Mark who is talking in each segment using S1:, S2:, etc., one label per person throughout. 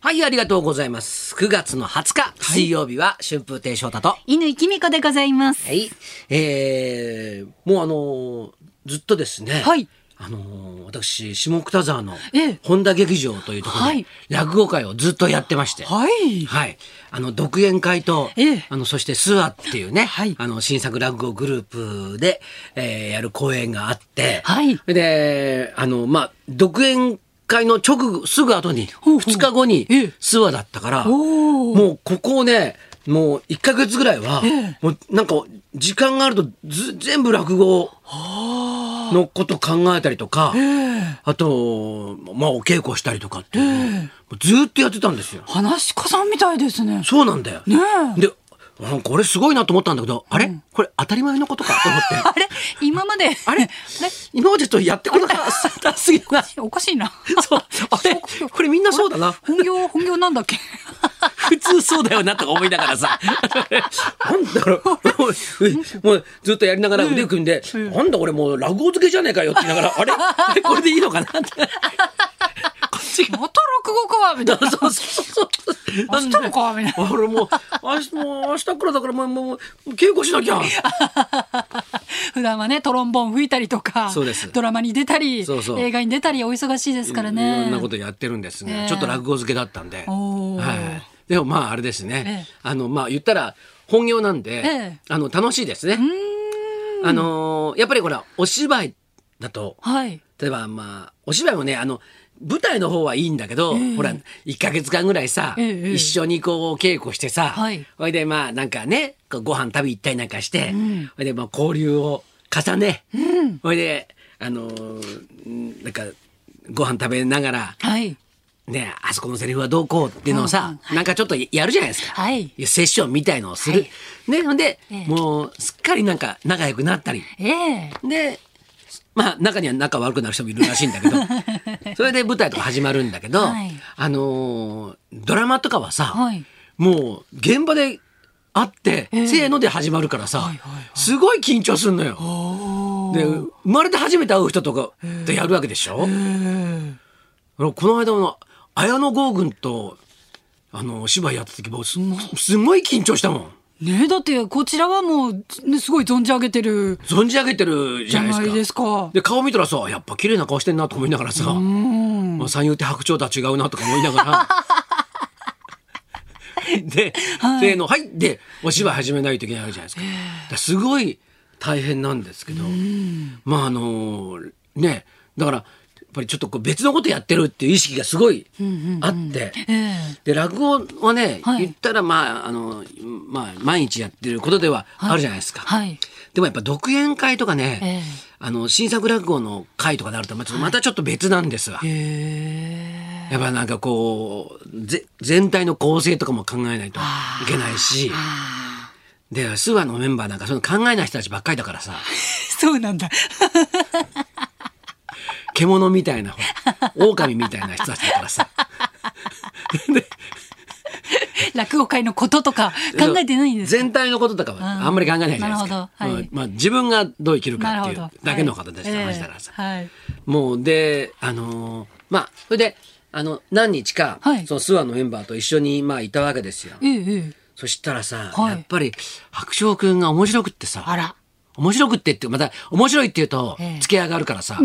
S1: はい、ありがとうございます。9月の20日、水曜日は春風亭昇太と。は
S2: 犬井美子でございます。
S1: い。えー、もうあのーずっとですね。
S2: はい
S1: あのー私、下北沢の
S2: ええ
S1: 本田劇場というところ
S2: は
S1: で
S2: い、
S1: 落語会をずっとやってまして。
S2: はい。
S1: はい。あの、独演会と、
S2: ええ
S1: あの、そしてスワっていうね、
S2: はい
S1: あの、新作落語グループで、えーやる公演があって、
S2: はい
S1: で、あの、まあ、独演会の直後、すぐ後に、
S2: ほうほう
S1: 2日後に
S2: ええ、
S1: スワだったから、
S2: おー
S1: もうここをね、もう1ヶ月ぐらいは、
S2: え
S1: もうなんか、時間があるとず、全部落語のこと考えたりとか、あと、まあ、お稽古したりとかっていうのを、もうずっとやってたんですよ。
S2: 話し家さんみたいですね。
S1: そうなんだよ。
S2: ねえ
S1: で、なんか俺すごいなと思ったんだけど、あれ、これ当たり前のことかと思って。
S2: あれ今まで。 あれ
S1: 今までちょっとやってこなか ったすぎるな。
S2: おかし いな。
S1: そう。あれこれみんなそうだな。
S2: 本業、本業なんだっ け
S1: 普通そうだよなとか思いながら さ。なんだろう。 もうずっとやりながら腕組んで、なんだ俺もう落語漬けじゃねえかよって言いなが ら、あれあれこれでいいのかなって。こっちが。
S2: また落語かみたい
S1: そ
S2: な
S1: う。そうそうそう。
S2: 明日もかみたい
S1: 俺もう、明日もう明日からだからもう、もう、稽古しなきゃ。
S2: 普段はね、トロンボーン吹いたりとか、
S1: そうです
S2: ドラマに出たり
S1: そうそう
S2: 映画に出たり、お忙しいですからね。
S1: いろんなことやってるんですが、
S2: ええ
S1: ちょっと落語漬けだったんで、
S2: おー
S1: はい、でもまああれですね、
S2: ええ
S1: あのまあ言ったら本業なんで、
S2: ええ
S1: あの楽しいですね。あのーやっぱりほらお芝居だと
S2: はい。
S1: 例えばまあお芝居もねあの舞台の方はいいんだけど、ほら1か月間ぐらいさ、
S2: ええええ
S1: 一緒にこう稽古してさ、
S2: はい
S1: ほいでまあなんかねこうご飯食べ行ったりなんかして、ほいでまあ交流を重ね、ほいであのーんなんかご飯食べながら
S2: はい。
S1: ねあそこのセリフはどうこうっていうのをさ、なんかちょっとやるじゃないですか、
S2: はい
S1: セッションみたいのをする、ねほんで、
S2: ええ
S1: もうすっかりなんか仲良くなったり。
S2: ええ
S1: でまあ中には仲悪くなる人もいるらしいんだ けどそれで舞台とか始まるんだけど、
S2: はい
S1: あのードラマとかはさ、
S2: はい
S1: もう現場で会って、せーので始まるからさ、
S2: いはいはい
S1: すごい緊張するのよ。で生まれて初めて会う人とかとやるわけでしょ、俺この間の綾野剛君とあのお芝居やった時もうすすごい緊張したもん。
S2: ねえ、だって、こちらはもう、ねすごい存じ上げてる
S1: 存じ上げてるじ
S2: じ
S1: ゃ
S2: ゃ
S1: ないです
S2: な
S1: か。
S2: いですか。
S1: で顔見たらさやっぱ綺麗な顔してんなとか思いながらさ、まあ、三遊亭白鳥とは違うなとか思いなが ら。で、せーの、はい、で、お芝居始めないといけないわけじゃないですか。だからすごい大変なんですけど、まああのね、だから、やっぱりちょっとこう別のことやってるっていう意識がすごいあって、
S2: え
S1: で落語はね、
S2: はい
S1: 言ったらまああの、まあ、毎日やってることではあるじゃないですか、
S2: はい
S1: でもやっぱ独演会とかね、
S2: ええ
S1: あの新作落語の会とかになるとまたまたちょっと別なんですわ、
S2: えへえ
S1: やっぱなんかこうぜ全体の構成とかも考えないといけないしで諏訪のメンバーなんかそういうの考えない人たちばっかりだからさ
S2: そうなんだ。
S1: 獣みたいな ほら狼みたいな人たちだからさ
S2: 落語会のこととか考えてないんですか
S1: 全体のこととかはあんまり考えないじゃないですか、
S2: なるほどはい
S1: うんまあ、自分がどう生きる
S2: な
S1: か
S2: る
S1: ってい
S2: ほ
S1: う
S2: ど。
S1: だけの形で話だからさ、
S2: はい。はい
S1: もうであのーまあそれであの何日か、
S2: はい
S1: その諏訪のメンバーと一緒にまあいたわけですよ
S2: ええええ
S1: そしたらさ、
S2: はい
S1: やっぱり白鳥くんが面白くって
S2: あ
S1: さ
S2: ら。
S1: 面白くってってまた面白いって言うと
S2: ええ
S1: 付け上がるから さ、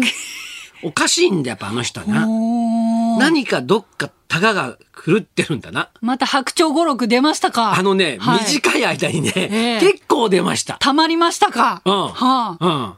S1: おかしいんだやっぱあの人はな
S2: おー
S1: 何かどっかタガが狂ってるんだな
S2: また白鳥語録出ましたか
S1: あのね、
S2: はい
S1: 短い間にね、
S2: え
S1: 結構出ました
S2: たまりましたか
S1: うん、
S2: はあ。
S1: うん、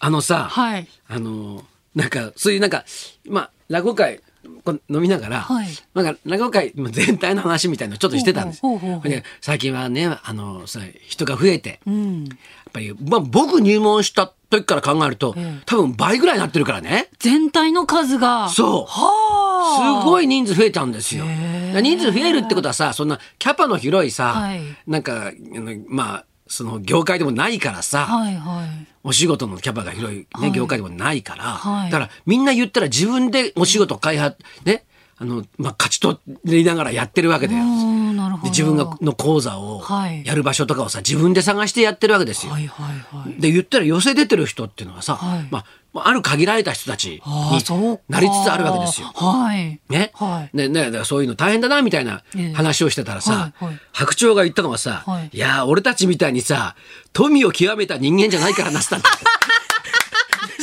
S1: あのさ、
S2: はい。
S1: あのなんかそういうなんかまあ落語会こう飲みながら、
S2: はい
S1: なんか落語会まあ全体の話みたいなのをちょっとしてたんです
S2: ほうほうほうほう
S1: で最近はねあのさ人が増えて、やっ
S2: うん。
S1: ぱり、まあ、僕入門した時から考えると、
S2: ええ
S1: 多分倍ぐらいになってるからね
S2: 全体の数が。
S1: そう
S2: はあ。
S1: すごい人数増えたんですよ。だ
S2: へえ
S1: から人数増えるってことはさそんなキャパの広いさ、
S2: はい
S1: なんかあのまあその業界でもないからさ、
S2: はいはい。
S1: お仕事のキャパが広い、ね
S2: はい
S1: 業界でもないから、
S2: はい
S1: だからみんな言ったら自分でお仕事を開発、ね、あの、まあ、勝ち取りながらやってるわけだよ。
S2: おーなるほど。
S1: で自分がの講座を
S2: はい
S1: やる場所とかをさ自分で探してやってるわけですよ。
S2: はいはいはい。
S1: で言ったら寄せ出てる人っていうのはさ、
S2: はい
S1: まあまあある限られた人たちに
S2: ああ、そうか。
S1: なりつつあるわけですよ。
S2: はい。
S1: ね、
S2: はい
S1: ねねだからそういうの大変だなみたいな
S2: ええ
S1: 話をしてたらさ、
S2: はいはい
S1: 白鳥が言ったのはさ、
S2: はい
S1: い、やー俺たちみたいにさ富を極めた人間じゃないからなって言 ったんだ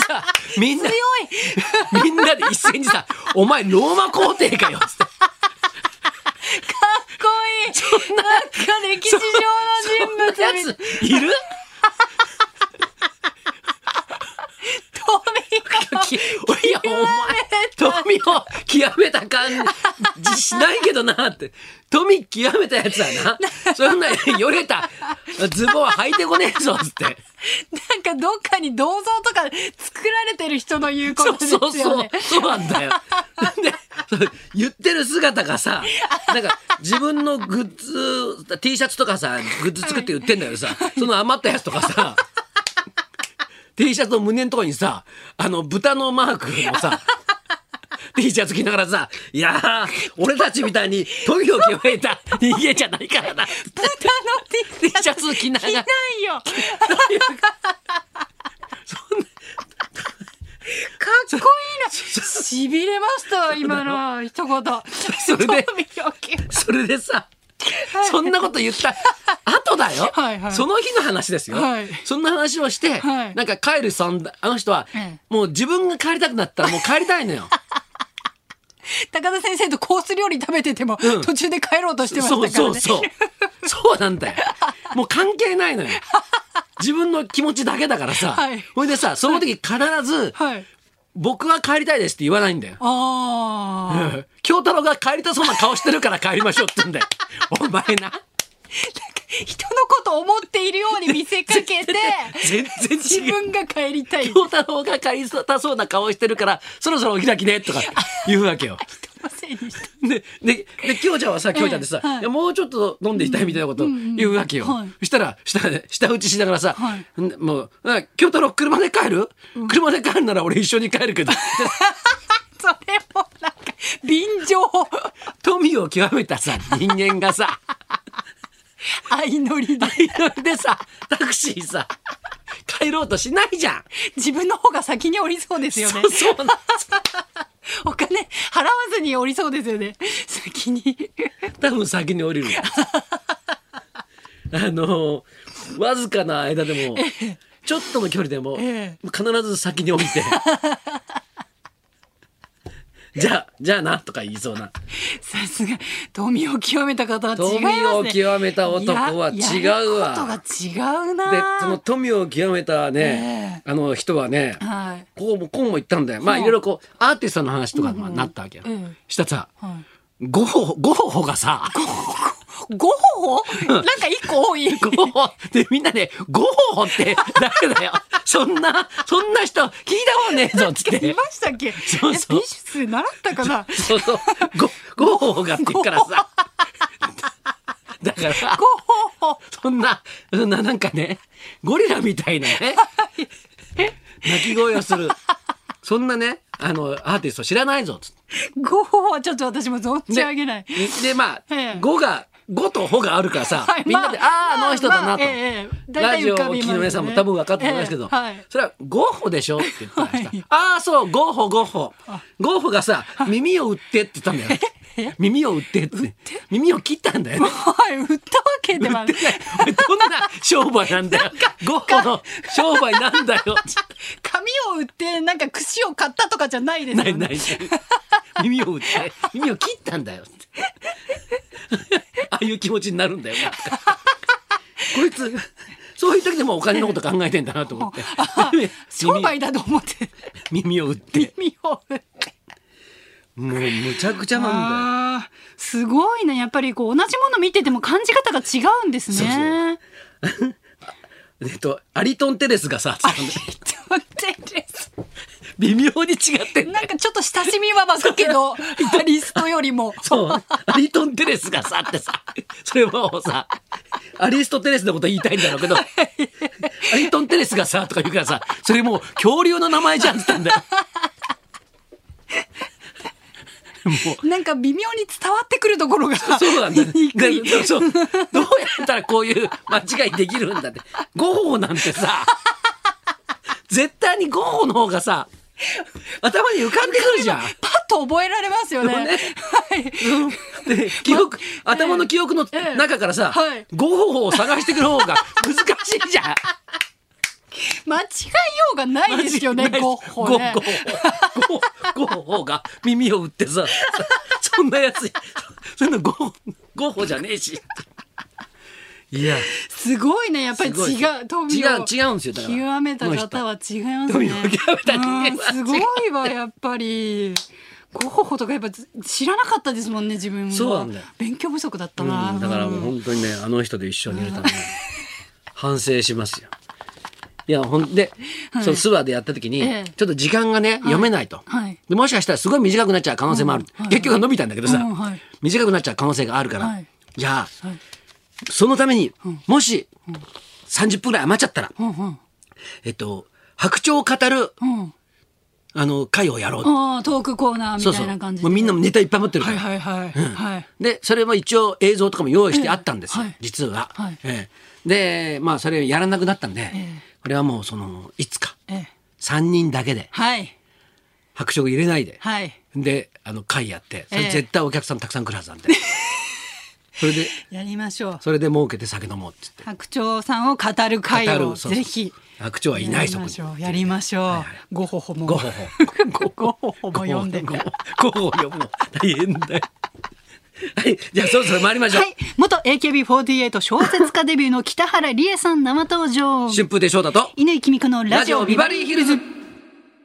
S1: さあみんなみんなで一斉にさ「お前ローマ皇帝かよ」っつって
S2: かっこいい。なんか歴史上の人物みた
S1: そん
S2: い
S1: な
S2: な
S1: やついるきい やお前富を極めた感じしないけどなって富極めたやつはなそんなよれたズボンは履いてこねえぞっつって
S2: なんかどっかに銅像とか作られてる人の言うこ
S1: そ
S2: と
S1: う
S2: ですよ
S1: そう
S2: ね。
S1: そうそうなん だよでそう言ってる姿がさなんか自分のグッズ T シャツとかさグッズ作って売ってんだけどさその余ったやつとか さ T シャツの胸のところにさあの豚のマークの さ T シャツ着ながらさ「いやー俺たちみたいに富を極めた人間じゃないから な」
S2: 豚の
S1: T
S2: T
S1: シャツ着なが
S2: 着な
S1: ら
S2: いよ。かっこいいな。しびれましたわ今の一言。
S1: それで
S2: 興味を受け
S1: それでさ、そんなこと言った後だよ。
S2: はいはい
S1: その日の話ですよ。
S2: はい
S1: そんな話をして、
S2: はい
S1: なんか帰るさん、あの人は、
S2: ええ
S1: もう自分が帰りたくなったらもう帰りたいのよ。
S2: 高田先生とコース料理食べてても、
S1: うん
S2: 途中で帰ろうと してましたか
S1: そ
S2: ら
S1: う
S2: ね。
S1: そうそう。そうなんだよ。もう関係ないのよ。自分の気持ちだけだからさ。
S2: はい
S1: ほいでさ、その時必ず、
S2: はい。
S1: 僕は帰りたいですって言わないんだよ。 う
S2: ああ。
S1: ん京太郎が帰りたそうな顔してるから帰りましょうって言うんだよ。お前な。
S2: 人のこと思っているように見せかけて、
S1: 全然違う。
S2: 自分が帰りたい。
S1: 京太郎が帰りたそうな顔してるから、そろそろお開きね、とか言うわけよ。
S2: のせいにして
S1: で、で、で、京ちゃんはさ、京ちゃんってさ、
S2: はい
S1: いやもうちょっと飲んでいたいみたいなこと言うわけよ。
S2: はい
S1: そしたら、したら、下打ちしながらさ、
S2: はい
S1: んもう、あ京太郎車で帰る、車で帰るなら俺一緒に帰るけど、
S2: それもなんか便乗
S1: 富を極めたさ、人間がさ、
S2: 相乗りで
S1: でさ、タクシーさ、帰ろうとしないじゃん。
S2: 自分の方が先に降りそうですよね
S1: そうそうなんです
S2: お金払わずに降りそうですよね先に
S1: 多分先に降りるよあのわずかな間でもちょっとの距離でも
S2: ええ
S1: 必ず先に降りてじゃあじゃあなとか言いそうな
S2: さすが富を極めた方は違いますね
S1: 富を極めた男は違うわ
S2: ややることが違うな
S1: でその富を極めたね、あの人はね
S2: はい
S1: こうもこうも言ったんだよまあ
S2: はい
S1: いろいろこうアーティストの話とかまあなったわけよ、
S2: ええ
S1: したらさ
S2: は
S1: ゴホゴホホがさ
S2: いゴホホなんか一個多い
S1: ゴーホでみんなで「ゴーホって誰だよそんなそんな人聞いたことねえぞ」っつっ
S2: い
S1: て
S2: ましたっけ
S1: そうそう
S2: え美術習ったかな
S1: そうそう「ゴゴーホが」って言うからさだから
S2: ゴホホ
S1: そんなそんななんかねゴリラみたいなね鳴き声をするそんなねあのアーティスト知らないぞっつって。
S2: ゴホホはちょっと私も存じ上げない
S1: でまあ
S2: ええ
S1: 語が語とほがあるからさ、
S2: はい
S1: みんなで、
S2: まあ
S1: あああの人だなと、
S2: まあええ
S1: ラ
S2: 大体
S1: ジオ
S2: 浮
S1: をお聞
S2: かびますね
S1: きの皆さんも多分分かってますけど、
S2: ええはい
S1: それはゴッホでしょって言ったらさ、
S2: はい
S1: ああそうゴッホゴッホゴッホがさ耳を売ってって言ったん だよ耳を売ってって耳を切ったんだよね
S2: はい売ったわけで
S1: 売
S2: は
S1: ってないおいどんな商売なんだよゴッホの商売なんだよ
S2: 紙を売ってなんか櫛を買ったとかじゃないですよ
S1: な
S2: ね。
S1: いないない。耳を打って、 耳を切ったんだよって。ああいう気持ちになるんだよ。なんかこいつ、そういう時でもお金のこと考えてんだなと 思って。 耳
S2: 商売だと思 って
S1: 耳を打って。
S2: 耳を売って。
S1: もうむちゃくちゃなんだよ。
S2: あーすごいねやっぱりこう同じもの見てても感じ方が違うんですね。
S1: そうそうえっと、アリトンテレスがさ、
S2: あ ちょっと待って
S1: 微妙に違ってんだよ
S2: なんかちょっと親しみは湧くけ どイタリストよりも
S1: そう。アリトンテレスがさってさ、それもさ、アリストテレスのこと言いたいんだろうけど、アリトンテレスがさとか言うからさ、それもう恐竜の名前じゃんって言ったん だよ。もう。
S2: なんか微妙に伝わってくるところが
S1: そうなんだ、ね
S2: 言いにくい。
S1: でそうどうや ったらこういう間違いできるんだって。ゴーなんてさ、絶対にゴッホの方がさ頭に浮かんでくるじゃん。
S2: パッと覚えられますよね。
S1: そうね
S2: はい。
S1: うんで記憶、頭の記憶の
S2: ええ
S1: 中からさ、
S2: はい
S1: ゴッホを探してくる方が難しいじゃん。
S2: 間違いようがないですよね、ゴッホね
S1: ゴ。ッホゴッホゴッホが耳を打ってさ、そんなやつ、そんなゴッホゴッホじゃねえし。いや、
S2: すごいね、やっぱり違う
S1: すごい、
S2: 富
S1: 違
S2: を
S1: う、違うんですよ、だから。
S2: 極めた
S1: こ
S2: 方
S1: の人
S2: は違います
S1: 富
S2: ね
S1: を極めた。人間は違う
S2: うんすごいわ、やっぱり。ゴッホとかやっぱ知らなかったですもんね、自分は。
S1: そうなんだよ
S2: 勉強不足だったな。
S1: うん、だからもう本当にね、あの人と一緒にいるために、反省しますよ。いや、ほんで、そのツアーでやった時に、
S2: ええ
S1: ちょっと時間がね、読めないと、
S2: はい
S1: で。もしかしたらすごい短くなっちゃう可能性もある。
S2: うんはい
S1: 結局は伸びたんだけどさ、
S2: うんはい
S1: 短くなっちゃう可能性があるから、
S2: はい
S1: じゃあ、
S2: はい
S1: そのために、もし、30分ぐらい余っちゃったら、
S2: うんうん
S1: えっと、白鳥を語る、
S2: うん
S1: あの、会をやろう。
S2: あートークコーナーみたいな感じで
S1: もうみんなもネタいっぱい持ってるか
S2: は
S1: ら。
S2: いはいはい、はい
S1: で、それも一応映像とかも用意してあったんですよ、
S2: ええはい
S1: 実は、
S2: はい
S1: ええで、まあ、それをやらなくなったんで、
S2: え
S1: これはもう、その、いつか、
S2: ええ
S1: 3人だけで、
S2: はい
S1: 白鳥を入れないで、
S2: はい
S1: で、あの、会やって、そ
S2: え
S1: れ
S2: え
S1: 絶対お客さんたくさん来るはず なんで。それで、
S2: やりましょう
S1: それで儲けて酒飲もうって言って。
S2: 白鳥さんを語る会
S1: 語
S2: を
S1: るそうそう
S2: ぜひ
S1: 白鳥はいないそこに。
S2: やりましょうやりましょう
S1: いはい
S2: ごほほも
S1: ごほほ
S2: ごほほも読 んで
S1: ごほごほごほ読むの大変だよ。はい、じゃあそろそろ参りましょう。
S2: はい元 AKB48 小説家デビューの北原理恵さん生登場
S1: 春風亭昇太と
S2: 乾きみこのラジオビバリーヒルズ